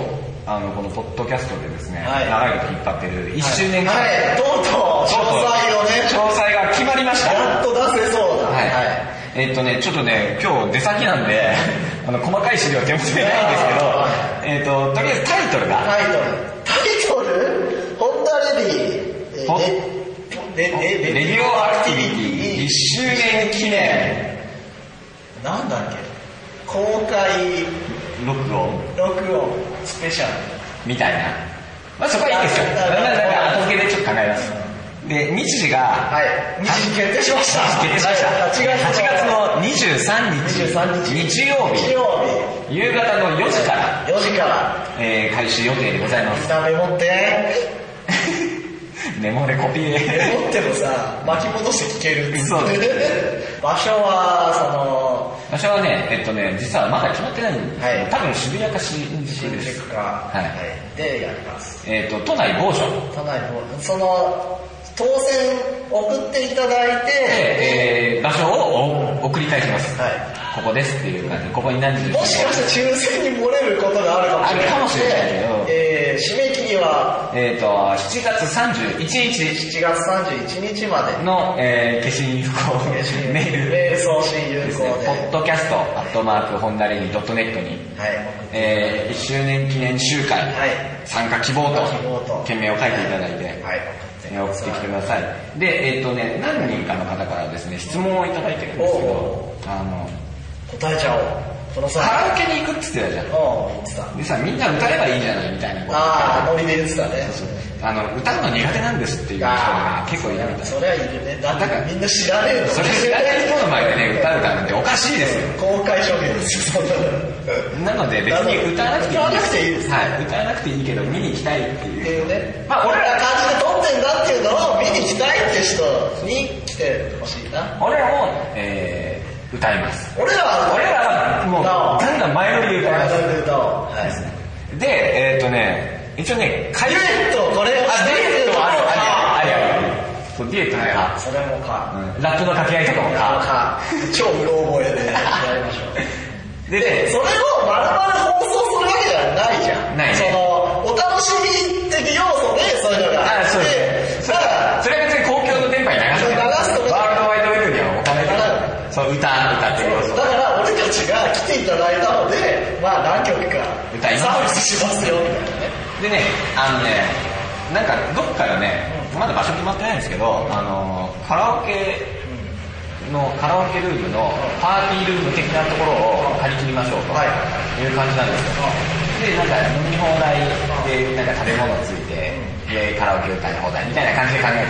[SPEAKER 2] あのこのポッドキャストでですね、
[SPEAKER 1] はい
[SPEAKER 2] 長いこと引っ張ってる1周年記念
[SPEAKER 1] はい、とうとう詳
[SPEAKER 2] ちょっと
[SPEAKER 1] 細をね
[SPEAKER 2] 詳細が決まりました
[SPEAKER 1] やっと出せそうだ
[SPEAKER 2] はい、えーっとねちょっとね今日出先なんで *laughs* あの細かい資料は手元にないんですけど
[SPEAKER 1] は
[SPEAKER 2] えーっととりあえずタイトルが
[SPEAKER 1] タイトルタイトルホンダレディ
[SPEAKER 2] ほ
[SPEAKER 1] レ
[SPEAKER 2] 「レディオアクティビティ1周年記念
[SPEAKER 1] なんだっけ公開
[SPEAKER 2] 録音」
[SPEAKER 1] 録音スペシャル
[SPEAKER 2] みたいな。まあそこはいいんですよ。
[SPEAKER 1] あ
[SPEAKER 2] だ
[SPEAKER 1] なるほど
[SPEAKER 2] からなんか後付けでちょっと考えます。で、日時が、
[SPEAKER 1] はい日時決定しました
[SPEAKER 2] 決定しました。
[SPEAKER 1] はい
[SPEAKER 2] 8月の23
[SPEAKER 1] 23
[SPEAKER 2] 日、
[SPEAKER 1] 日
[SPEAKER 2] 日曜
[SPEAKER 1] 日
[SPEAKER 2] 日、
[SPEAKER 1] 曜
[SPEAKER 2] 夕方の4時から、
[SPEAKER 1] 日4時から
[SPEAKER 2] えー開始予定でございま
[SPEAKER 1] みん
[SPEAKER 2] す。
[SPEAKER 1] なメモって
[SPEAKER 2] メモレコピー。
[SPEAKER 1] メモってもさ巻き戻して聞ける
[SPEAKER 2] そうで
[SPEAKER 1] 場所は
[SPEAKER 2] 場所はね、えっとね、実はまだ決まってないんです
[SPEAKER 1] はい
[SPEAKER 2] 多分渋谷か新
[SPEAKER 1] その
[SPEAKER 2] 宿
[SPEAKER 1] 新
[SPEAKER 2] です
[SPEAKER 1] 宿。か、
[SPEAKER 2] はい
[SPEAKER 1] い、でやります
[SPEAKER 2] えっと、都内某所。
[SPEAKER 1] 都内のその当選送っていただいて、
[SPEAKER 2] で、えー場所をお送り返します。
[SPEAKER 1] は
[SPEAKER 2] ここですっていう感じで、ここに何時
[SPEAKER 1] い、もしかして抽選に漏れることがあるかもしれない
[SPEAKER 2] あるかもしれないけど
[SPEAKER 1] ええー、締め切りは
[SPEAKER 2] えっ、と、7月31日
[SPEAKER 1] 7月31日まで、
[SPEAKER 2] の、えー、消し有効メール
[SPEAKER 1] メール送信有
[SPEAKER 2] です
[SPEAKER 1] 効
[SPEAKER 2] ね、
[SPEAKER 1] で、
[SPEAKER 2] ポッドキャスト、アットマーク、ホンダレディ .net に、
[SPEAKER 1] はい、
[SPEAKER 2] えー、1周年記念集会、
[SPEAKER 1] はい
[SPEAKER 2] 参加希望と
[SPEAKER 1] 参加希望と、
[SPEAKER 2] 件名を書いていただいて、
[SPEAKER 1] はい、
[SPEAKER 2] えー送ってきてください。で、えっ、とね、何人かの方からですね、質問をいただいてるんですけど
[SPEAKER 1] お、
[SPEAKER 2] あの、
[SPEAKER 1] 答えちゃおう。この
[SPEAKER 2] カ
[SPEAKER 1] さ、
[SPEAKER 2] ラオケに行くって言ってたじゃん。
[SPEAKER 1] うん、言ってた。
[SPEAKER 2] でさ、みんな歌えばいいじゃないみたいなこと
[SPEAKER 1] ああ、ノリで言ってたね。
[SPEAKER 2] あの、歌うの苦手なんですっていう人が
[SPEAKER 1] あ
[SPEAKER 2] ね結構いるみたい。
[SPEAKER 1] そりゃいるね。だっ
[SPEAKER 2] だから
[SPEAKER 1] てみんな知らねえの。
[SPEAKER 2] それ知らない人の前でね、歌うなんておかしいですよ。
[SPEAKER 1] 公開証言ですよ、そんなのうん
[SPEAKER 2] なので別に歌わなくていい。
[SPEAKER 1] 歌わなくていいです
[SPEAKER 2] はい。歌わなくていいけど、見に行きたいって
[SPEAKER 1] っ
[SPEAKER 2] い。
[SPEAKER 1] ていううね。
[SPEAKER 2] まあ俺ら
[SPEAKER 1] 感じで撮ってんだっていうのを見に来たいって人に来てほしいな。
[SPEAKER 2] 俺も、えー、歌います。
[SPEAKER 1] 俺らは、
[SPEAKER 2] 俺らはもう、
[SPEAKER 1] 歌お
[SPEAKER 2] ガンガン前乗りで歌いま
[SPEAKER 1] 前乗りで歌おう。はい。
[SPEAKER 2] す。で、えっとね、一応ね、かゆい。
[SPEAKER 1] デュエットこれ
[SPEAKER 2] あ、デュエットもある、ある、ある、ある。そう、デュエットね、あ
[SPEAKER 1] それもか。
[SPEAKER 2] うんラップの掛け合いとかも
[SPEAKER 1] なんか、
[SPEAKER 2] か。
[SPEAKER 1] 超うろ覚えでやりましょう。
[SPEAKER 2] でね、
[SPEAKER 1] それを丸々放送するわけじゃないじゃん。
[SPEAKER 2] ないね
[SPEAKER 1] その、お楽しみ的要素でそういうのがあっ
[SPEAKER 2] あ、
[SPEAKER 1] て、
[SPEAKER 2] そうです。そ
[SPEAKER 1] だ
[SPEAKER 2] れ
[SPEAKER 1] から、
[SPEAKER 2] それは別に公共の電波に流さない。
[SPEAKER 1] 流すとね
[SPEAKER 2] ワールドワイドウェブには置かないから。そう、歌、歌ってる要素
[SPEAKER 1] だから俺たちが来ていただいたので、まあ何曲か
[SPEAKER 2] 歌います
[SPEAKER 1] サービスしますよ、みたいなね。
[SPEAKER 2] でね、あのね、なんかどっからね、まだ場所決まってないんですけど、あの、カラオケの、カラオケルームのパーティールーム的なところを張り切りましょうと
[SPEAKER 1] はい
[SPEAKER 2] いう感じなんですけど、で、なんか飲み放題で、なんか食べ物ついて、で、カラオケ歌い放題みたいな感じで考え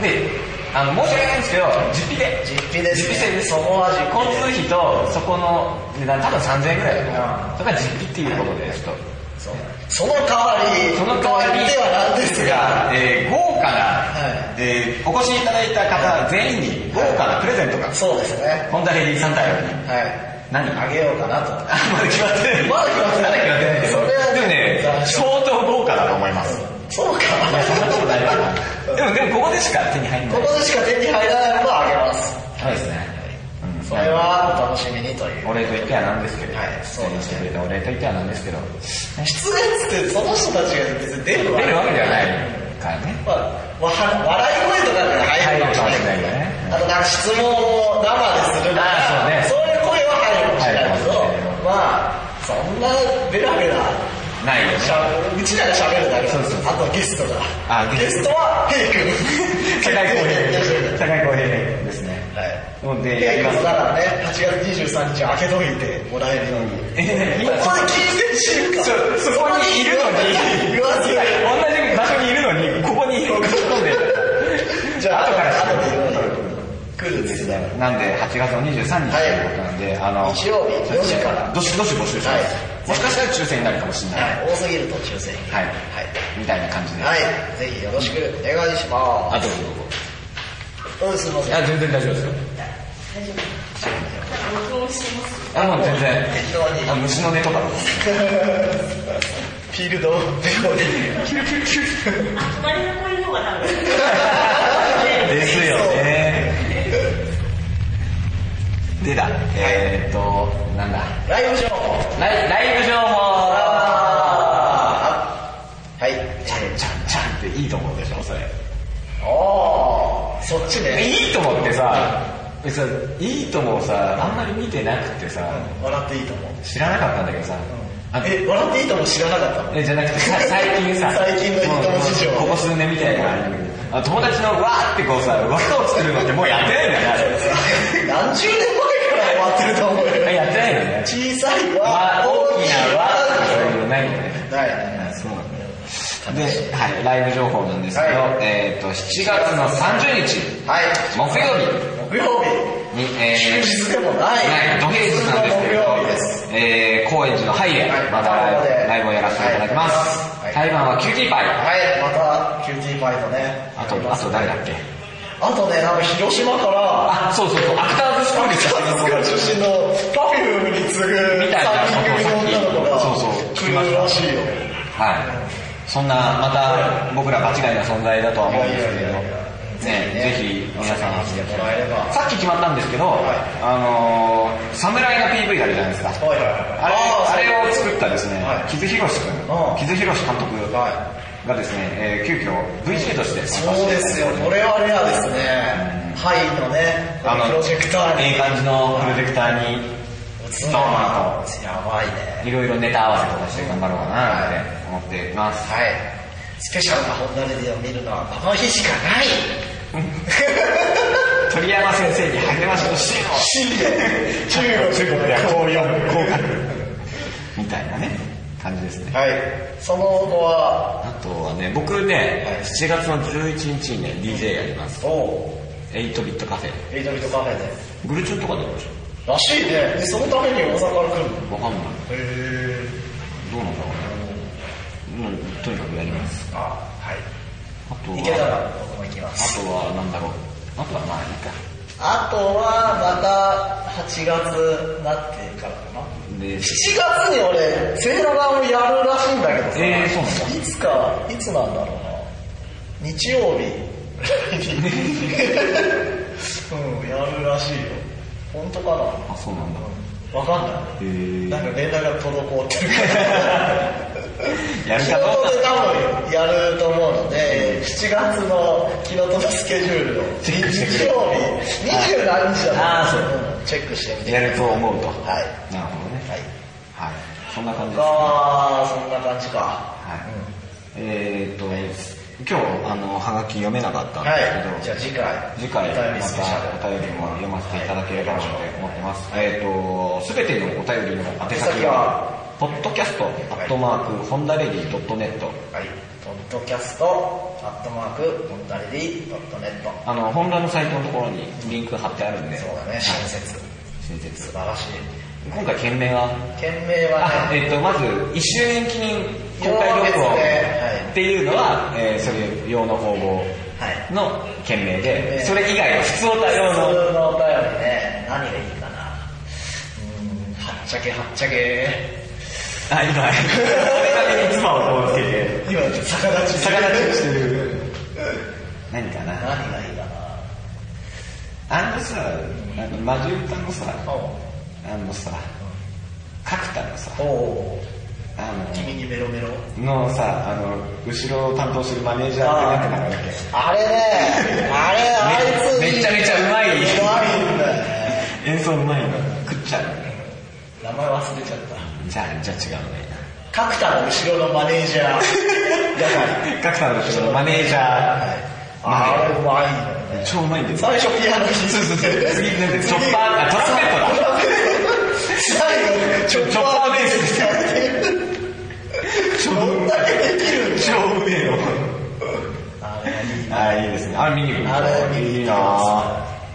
[SPEAKER 2] て
[SPEAKER 1] はい
[SPEAKER 2] る。で、あの、申し訳ないんですけど、実費で。
[SPEAKER 1] 実費ですね
[SPEAKER 2] 実費で
[SPEAKER 1] そこは実費で
[SPEAKER 2] 交通費と、そこの値段、多分3000円ぐらいだ
[SPEAKER 1] う
[SPEAKER 2] と思う。それが実費っていうことで、ちょっと。
[SPEAKER 1] そうその代わり、
[SPEAKER 2] その代わり
[SPEAKER 1] ではなんですが、
[SPEAKER 2] えー豪華な、
[SPEAKER 1] は
[SPEAKER 2] えーお越しいただいた方全員に豪華なプレゼントが、
[SPEAKER 1] そうですね。
[SPEAKER 2] ホンダレディさん対応に。
[SPEAKER 1] はい。
[SPEAKER 2] 何
[SPEAKER 1] あげようかなと。
[SPEAKER 2] あまだ決まってない。
[SPEAKER 1] まだ決まってない
[SPEAKER 2] まだ決まってないけど
[SPEAKER 1] それは
[SPEAKER 2] でもね、相当豪華だと思います。
[SPEAKER 1] そうか。
[SPEAKER 2] いや、そんなことないから。でも、でもここでしか手に入んない。
[SPEAKER 1] ここでしか手に入らないものをあげます。
[SPEAKER 2] そうですね。うん
[SPEAKER 1] それはお楽しみにという。
[SPEAKER 2] お礼と言ってはなんですけど、
[SPEAKER 1] はい
[SPEAKER 2] 出演してくれたお礼と言ってはなんですけど、
[SPEAKER 1] 出演ってその人たちが別に出るわ
[SPEAKER 2] 出
[SPEAKER 1] け
[SPEAKER 2] るわけではないからね。
[SPEAKER 1] まあ、わ笑い声とかが入るかもしれないけどね。あとなんか質問を生でするな
[SPEAKER 2] あ
[SPEAKER 1] ら、
[SPEAKER 2] ーそ
[SPEAKER 1] そういう声は入るかもしれないけど
[SPEAKER 2] 入るかもしれない、
[SPEAKER 1] まあ、そんなベラベラ
[SPEAKER 2] ないよね。
[SPEAKER 1] しゃうちらが喋るだけ
[SPEAKER 2] そうそうそ
[SPEAKER 1] あとゲストが。
[SPEAKER 2] あ
[SPEAKER 1] ゲストはヘイ君。
[SPEAKER 2] *laughs* 世界公平。
[SPEAKER 1] は
[SPEAKER 2] 世界公平ですね。
[SPEAKER 1] い。
[SPEAKER 2] ので、や
[SPEAKER 1] ヘイ
[SPEAKER 2] ります
[SPEAKER 1] 君。だからね、8月23日開けといてもらえるように。
[SPEAKER 2] え
[SPEAKER 1] 今ここで聞いてるし
[SPEAKER 2] そそこにいるのに、
[SPEAKER 1] 言わせない。
[SPEAKER 2] 同じ場所にいるのに、ここに呼び込んで、
[SPEAKER 1] じゃあ、
[SPEAKER 2] 後からしか
[SPEAKER 1] 後で来るんですね。
[SPEAKER 2] なんで、8月の23日ということなんで、あの、
[SPEAKER 1] 日曜日4時から
[SPEAKER 2] どしどし募集しま
[SPEAKER 1] はい
[SPEAKER 2] す。もしかしたら抽選になるかもしれない。
[SPEAKER 1] はい、多すぎると抽選に。
[SPEAKER 2] はい
[SPEAKER 1] は
[SPEAKER 2] みたいな感じで。
[SPEAKER 1] い。はい、ぜひよろしくお願いしま
[SPEAKER 2] あ、どうぞど
[SPEAKER 1] す。
[SPEAKER 2] うぞ。
[SPEAKER 1] うん、すいません。
[SPEAKER 2] あ、全然大丈夫ですよ。大丈夫。録音してます。あ、もう全然
[SPEAKER 1] 適当に。
[SPEAKER 2] あ、虫の音とかも。
[SPEAKER 1] フィールドをデモで。
[SPEAKER 3] 隣の子いる方が多分。
[SPEAKER 2] ですよね。でだ、えーっと、なんだ、
[SPEAKER 1] ライブ情報。
[SPEAKER 2] ライライブ情報
[SPEAKER 1] はい。
[SPEAKER 2] ちゃんちゃんちゃんっていいと思うでしょ、それ。
[SPEAKER 1] おー、そっちね。
[SPEAKER 2] いいと思ってさ、別にいいともさ、あんまり見てなくてさ、
[SPEAKER 1] 笑っていいと思う。
[SPEAKER 2] 知らなかったんだけどさ、あ
[SPEAKER 1] え、笑っていいと思う知らなかったの
[SPEAKER 2] えじゃなくてさ最近さ
[SPEAKER 1] 最近の
[SPEAKER 2] もう
[SPEAKER 1] インターネット市場
[SPEAKER 2] ここ数年みたいなのがあるんだけどあ友達のわーってこうさ輪っかを作るのってもうやってないんだよね
[SPEAKER 1] *laughs* 何十年前から終わってると思う
[SPEAKER 2] あ
[SPEAKER 1] *laughs*
[SPEAKER 2] れ
[SPEAKER 1] よ。
[SPEAKER 2] やってないよね
[SPEAKER 1] 小さい
[SPEAKER 2] わ
[SPEAKER 1] わ、
[SPEAKER 2] 大
[SPEAKER 1] 大
[SPEAKER 2] き
[SPEAKER 1] き
[SPEAKER 2] な
[SPEAKER 1] な
[SPEAKER 2] わーとかそう
[SPEAKER 1] わ。
[SPEAKER 2] いうのないよね
[SPEAKER 1] ないね。
[SPEAKER 2] そうなんだよで、はい、ライブ情報なんですけど、
[SPEAKER 1] はい
[SPEAKER 2] えっ、と、7月の30日、
[SPEAKER 1] はい。
[SPEAKER 2] 木曜日
[SPEAKER 1] 木曜日。
[SPEAKER 2] に、え
[SPEAKER 1] 休日でも
[SPEAKER 2] は
[SPEAKER 1] ない。
[SPEAKER 2] い、ドヘイズさんですけれ
[SPEAKER 1] 普通の木曜
[SPEAKER 2] ど
[SPEAKER 1] 日です。、
[SPEAKER 2] えー、高円寺のハイで、またライブライブをやらせていただきます。
[SPEAKER 1] はい
[SPEAKER 2] 台湾はキューティーパ
[SPEAKER 1] は
[SPEAKER 2] イ。
[SPEAKER 1] い、また、キューティーパイとね。
[SPEAKER 2] あと、あと誰だっけ
[SPEAKER 1] あとね、なんか広島から、
[SPEAKER 2] あ、そうそうそう、アクターズスクール
[SPEAKER 1] スカ出身の Perfume に次ぐ
[SPEAKER 2] みたいな
[SPEAKER 1] 3人組の女の子が
[SPEAKER 2] そうそう
[SPEAKER 1] 来るらしいよ。
[SPEAKER 2] はい。そんな、また僕ら場違いな存在だとは思うんですけれど、
[SPEAKER 1] ぜひね
[SPEAKER 2] ぜひ皆さん
[SPEAKER 1] 遊びに来てもらえれば
[SPEAKER 2] さっき決まったんですけど、
[SPEAKER 1] はい
[SPEAKER 2] あのー侍の PV があるじゃないですか
[SPEAKER 1] はいはい
[SPEAKER 2] あれあ
[SPEAKER 1] はい
[SPEAKER 2] れを作ったですね、
[SPEAKER 1] はい
[SPEAKER 2] 木津博士君
[SPEAKER 1] うん
[SPEAKER 2] 木津博士監督
[SPEAKER 1] は
[SPEAKER 2] がですね、えー急遽 VJ として参加
[SPEAKER 1] そう
[SPEAKER 2] し
[SPEAKER 1] です
[SPEAKER 2] て
[SPEAKER 1] よこれはレアですねハイのね
[SPEAKER 2] あの
[SPEAKER 1] プロジェクター
[SPEAKER 2] いい
[SPEAKER 1] に
[SPEAKER 2] 感じのプロジェクターに
[SPEAKER 1] 映
[SPEAKER 2] ス
[SPEAKER 1] ん
[SPEAKER 2] ト
[SPEAKER 1] の
[SPEAKER 2] ーン
[SPEAKER 1] が
[SPEAKER 2] と
[SPEAKER 1] やばいね
[SPEAKER 2] いろいろネタ合わせとかして頑張ろうかなって思っています
[SPEAKER 1] はいスペシャルな本並で見るのはこの日しかない
[SPEAKER 2] 鳥山先生に励ましをしてほしい中国中国ではこう読むこう書くみたいなね感じですね
[SPEAKER 1] はいその後は
[SPEAKER 2] あとはね僕ね7月の11日にね DJ やります
[SPEAKER 1] おう
[SPEAKER 2] 8ビットカフェ
[SPEAKER 1] エイトビットカフェで
[SPEAKER 2] グルチュンとかどうでしょ
[SPEAKER 1] らしいねでそのために大阪から来るの
[SPEAKER 2] うわかんない
[SPEAKER 1] へ
[SPEAKER 2] どうなんだろうねうんとにかくやります
[SPEAKER 1] ーあはい
[SPEAKER 2] あと
[SPEAKER 1] 行けた
[SPEAKER 2] は
[SPEAKER 1] ら僕も行きま
[SPEAKER 2] あ
[SPEAKER 1] す
[SPEAKER 2] とはなんだろうあとはまあいいか
[SPEAKER 1] あとはまた8月になってからかな
[SPEAKER 2] で
[SPEAKER 1] 7月に俺セーラ版をやるらしいんだけどさ、
[SPEAKER 2] えーそうなんだ
[SPEAKER 1] いつかいつなんだろうな日曜日にうんやるらしいよ本当か
[SPEAKER 2] あそうなんだ
[SPEAKER 1] なわかんない
[SPEAKER 2] へ
[SPEAKER 1] *laughs*
[SPEAKER 2] ー
[SPEAKER 1] なんか連絡が滞ってるから
[SPEAKER 2] やる
[SPEAKER 1] 仕
[SPEAKER 2] かどうか
[SPEAKER 1] 事で多分やると思うので、7月のキロトのスケジュールを
[SPEAKER 2] チ
[SPEAKER 1] 日
[SPEAKER 2] ェックしてくれ
[SPEAKER 1] 曜日、20何日だ
[SPEAKER 2] あーそう
[SPEAKER 1] うんチェックしてみ *laughs* て。
[SPEAKER 2] やると思うと
[SPEAKER 1] はい。
[SPEAKER 2] なるほどね
[SPEAKER 1] はい。
[SPEAKER 2] はいそんな感じです
[SPEAKER 1] 他は、そんな感じか。
[SPEAKER 2] はい
[SPEAKER 1] うん
[SPEAKER 2] えーっと、今日、あの、はがき読めなかったん
[SPEAKER 1] は
[SPEAKER 2] で
[SPEAKER 1] い。
[SPEAKER 2] す
[SPEAKER 1] じ
[SPEAKER 2] け
[SPEAKER 1] ゃあ
[SPEAKER 2] ど、
[SPEAKER 1] 次回、
[SPEAKER 2] 次回
[SPEAKER 1] お
[SPEAKER 2] ま
[SPEAKER 1] 便りスペシャル
[SPEAKER 2] たお便りも読ませていただければなと思ってます。えーっと、すべてのお便りの宛先
[SPEAKER 1] 宛先は
[SPEAKER 2] は、ポッドキャスト、アットマーク、ホンダレディドットネット。
[SPEAKER 1] はい。ポッドキャスト、アットマーク、モンタレディ、ドットネット。
[SPEAKER 2] あの、ホンダのサイトのところにリンク貼ってあるんで、
[SPEAKER 1] そうだね、親切。
[SPEAKER 2] 親
[SPEAKER 1] 素
[SPEAKER 2] 切。
[SPEAKER 1] 晴らしい。
[SPEAKER 2] 今回、件名は、
[SPEAKER 1] 件名は
[SPEAKER 2] あ、
[SPEAKER 1] ね、
[SPEAKER 2] えーっと、まず、1周年記念公開
[SPEAKER 1] そう
[SPEAKER 2] 録音
[SPEAKER 1] ですねはい
[SPEAKER 2] っていうのは、えーそれ用の方法
[SPEAKER 1] はい。
[SPEAKER 2] の件名
[SPEAKER 1] え
[SPEAKER 2] で、
[SPEAKER 1] ー
[SPEAKER 2] それ以外は普通
[SPEAKER 1] 普
[SPEAKER 2] 歌用の、
[SPEAKER 1] 通のお便りね、何がいいかな。うーん、はっちゃけはっちゃけ。*laughs*
[SPEAKER 2] あ、今、壁に妻をこうつけて、
[SPEAKER 1] 今、逆立ち。
[SPEAKER 2] 逆立ちしてる。何か
[SPEAKER 1] 何
[SPEAKER 2] な
[SPEAKER 1] がいいか
[SPEAKER 2] あのさ、あの、マジ歌のさ、
[SPEAKER 1] な。お
[SPEAKER 2] あのさ、角田のさ、
[SPEAKER 1] おう
[SPEAKER 2] あ
[SPEAKER 1] 君にメロメロ。
[SPEAKER 2] の、のさ、あの、後ろを担当するマネージャーってなんて名前だっ
[SPEAKER 1] あれね、あれ、あいつ
[SPEAKER 2] めめちゃめちゃうまいう
[SPEAKER 1] まいんだよね。
[SPEAKER 2] け演奏うまいの食っちゃう。
[SPEAKER 1] 名前忘れちゃった。
[SPEAKER 2] じゃあ、じゃあ違うね。
[SPEAKER 1] 角田の後ろのマネージャー。や
[SPEAKER 2] 角田の後ろのマネージ
[SPEAKER 1] ばい。
[SPEAKER 2] ャ
[SPEAKER 1] あれうまいんだよ
[SPEAKER 2] ー、
[SPEAKER 1] ね。
[SPEAKER 2] 超うまいんですよ。
[SPEAKER 1] 最初ピアノ弾いて
[SPEAKER 2] 次なんでチョッパーあトランペットだ
[SPEAKER 1] 最後、チョッパーベースでどんだけできるんだよ
[SPEAKER 2] 超うめえよ。
[SPEAKER 1] あれいいな
[SPEAKER 2] ああ、いいですね。あ、見に行く
[SPEAKER 1] あれ見に行き
[SPEAKER 2] いいなぁ。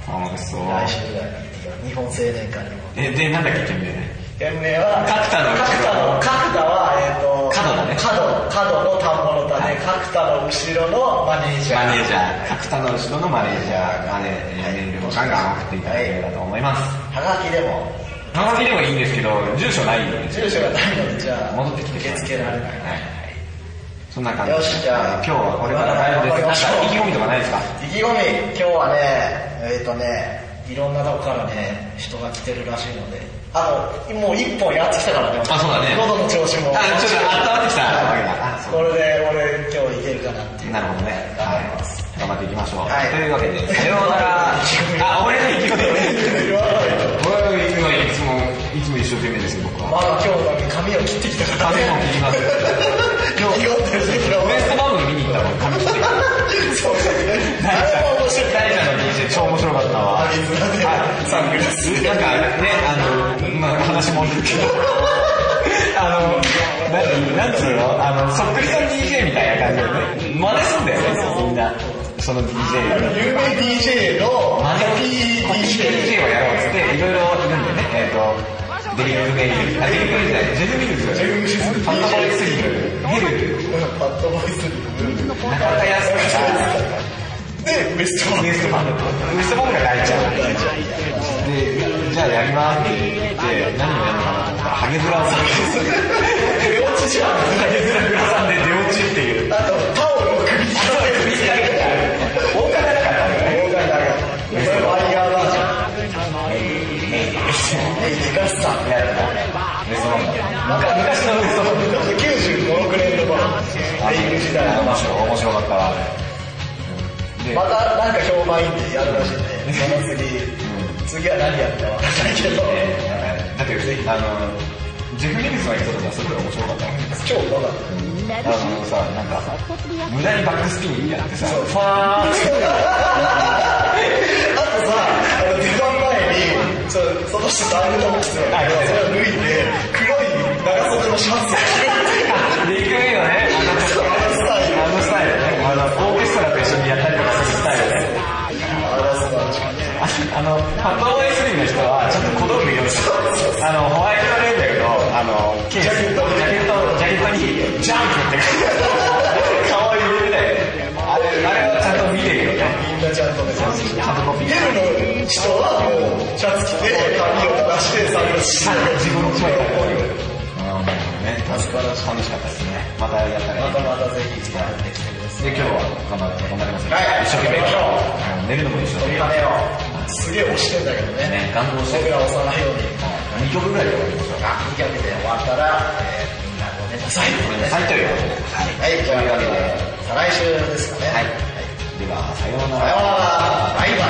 [SPEAKER 2] 楽しそう。
[SPEAKER 1] 来週ぐらいに行ってよ日本青年会にも。
[SPEAKER 2] え、で、なんだっけ、件名
[SPEAKER 1] 店名は
[SPEAKER 2] 角田の
[SPEAKER 1] 角田の角田はえっ、と
[SPEAKER 2] 角田ね
[SPEAKER 1] 角角の田んぼの田
[SPEAKER 2] は
[SPEAKER 1] で、
[SPEAKER 2] い
[SPEAKER 1] 角田の後ろのマネージャー
[SPEAKER 2] マネージャー、角田の後ろのマネージャーがね、メールをガンガン送っていただければと思います。
[SPEAKER 1] はがきでも
[SPEAKER 2] はがきでもいいんですけど、住所ないんで、
[SPEAKER 1] 住所がないのでじゃあ
[SPEAKER 2] 戻ってきて
[SPEAKER 1] 受け付けられない、
[SPEAKER 2] はいそんな感じ
[SPEAKER 1] よしじゃあ
[SPEAKER 2] 今日はこれからライブです。なんか意気込みとかないですか
[SPEAKER 1] 意気込み今日はねえっ、とねいろんなとこからね人が来てるらしいのであともう一本やってきたからね
[SPEAKER 2] あそうだね
[SPEAKER 1] 喉の調子も
[SPEAKER 2] あちょっと温まってきたわけだあそう
[SPEAKER 1] これで俺今日いけるかなっていう
[SPEAKER 2] なるほどね。
[SPEAKER 1] 頑張り
[SPEAKER 2] は
[SPEAKER 1] ます
[SPEAKER 2] い。頑張っていきましょう。
[SPEAKER 1] はい
[SPEAKER 2] というわけで、さような
[SPEAKER 1] *laughs*
[SPEAKER 2] ら。あ、俺の意気込み。
[SPEAKER 1] 言わないと
[SPEAKER 2] 俺はいつも、いつも一生懸命ですよ、僕は。
[SPEAKER 1] まだ今日だけ髪を切ってきたから
[SPEAKER 2] 髪
[SPEAKER 1] ね
[SPEAKER 2] も
[SPEAKER 1] 今日
[SPEAKER 2] 切ります。
[SPEAKER 1] ってる時
[SPEAKER 2] ウエスト
[SPEAKER 1] は
[SPEAKER 2] バーム見に行ったもん、髪切ってから。
[SPEAKER 1] そうだね誰も面白くない
[SPEAKER 2] 大ちゃんの DJ 超面白かったわ。
[SPEAKER 1] あ水が出るサングラス
[SPEAKER 2] なんかね、あの、まあ話もんですけど。あの、なんなんつうのあの、そっくりさん DJ みたいな感じでね。真似すんだよね、みんな。その DJ を。
[SPEAKER 1] 有名 DJ の
[SPEAKER 2] マネ
[SPEAKER 1] ハッピ
[SPEAKER 2] ピー DJ をやろうっつって、いろいろいるんでね、えっ、と、デビル・メイル、あ、デビル・メイルじゃない、ジェル・ミルズ、パッドボイスリル、ヘル、
[SPEAKER 1] ー DJ パッドボイスに
[SPEAKER 2] 中田康子さ
[SPEAKER 1] でウエスト
[SPEAKER 2] ん、ウエストバンド、ウエストバンドが大ちゃん。で、じゃあやりますって言って、何をやるのかなと思ったら、ハゲヅラさんです。
[SPEAKER 1] 手落ちじゃん
[SPEAKER 2] ハゲヅラさんで出落ちっていう。
[SPEAKER 1] あとタオルを首にかけて
[SPEAKER 2] 大方だから
[SPEAKER 1] いう時代
[SPEAKER 2] 面白面白かったわあれうんで
[SPEAKER 1] またなんか評判いいんでやるらしいんでその次次は何やるかわかんないけど
[SPEAKER 2] えーだってあのジェフ・リルスの人とかすごい面白かったもん
[SPEAKER 1] 超うまかっ
[SPEAKER 2] あのさ、なんかさ、無駄にバックスピンやってさ、ファーっ
[SPEAKER 1] た
[SPEAKER 2] て
[SPEAKER 1] あとさあの出番前にちょその人ダイブのボックスなんだけどそれを脱いで黒い長袖のシャツを
[SPEAKER 2] でいくよね、
[SPEAKER 1] 着てあのスタイル
[SPEAKER 2] あのスタイルね、あの、オーケストラと一緒にやったりとかするスタイルね。
[SPEAKER 1] あの素晴らしかった
[SPEAKER 2] あの、パッドボーイスリーの人は、ちょっと小道具用意してあの、ホワイトレーベルの、あの、ケース、ジャケット、ジャケットに、ジャンプって書いて、顔を入れてたよね。あれ、あれはちゃんと見てるよね。
[SPEAKER 1] みんなちゃんとね
[SPEAKER 2] ハードコピー
[SPEAKER 1] ゲ。ルの人はもうシャツ着て髪を出して作業して
[SPEAKER 2] 自分の声がこういう。うん、ね、素晴らしい。楽しかったですね。またやったらいい
[SPEAKER 1] またまたぜひやってきてください
[SPEAKER 2] で今日は頑張頑張りますよ
[SPEAKER 1] はい
[SPEAKER 2] 一生懸命
[SPEAKER 1] 頑張りまし
[SPEAKER 2] 今日寝るのも一生懸命
[SPEAKER 1] 跳ねよすげえ押してんだけどね
[SPEAKER 2] ね願望して
[SPEAKER 1] 僕
[SPEAKER 2] る
[SPEAKER 1] ら押さないように
[SPEAKER 2] 2曲ぐらいで終わりましょう
[SPEAKER 1] あ2曲で終わったら、えー、みんなごめんなさい
[SPEAKER 2] ごめんなさいということで
[SPEAKER 1] は
[SPEAKER 2] はい
[SPEAKER 1] いというわけで再来週ですかね
[SPEAKER 2] はいではさような
[SPEAKER 1] さようならバイバ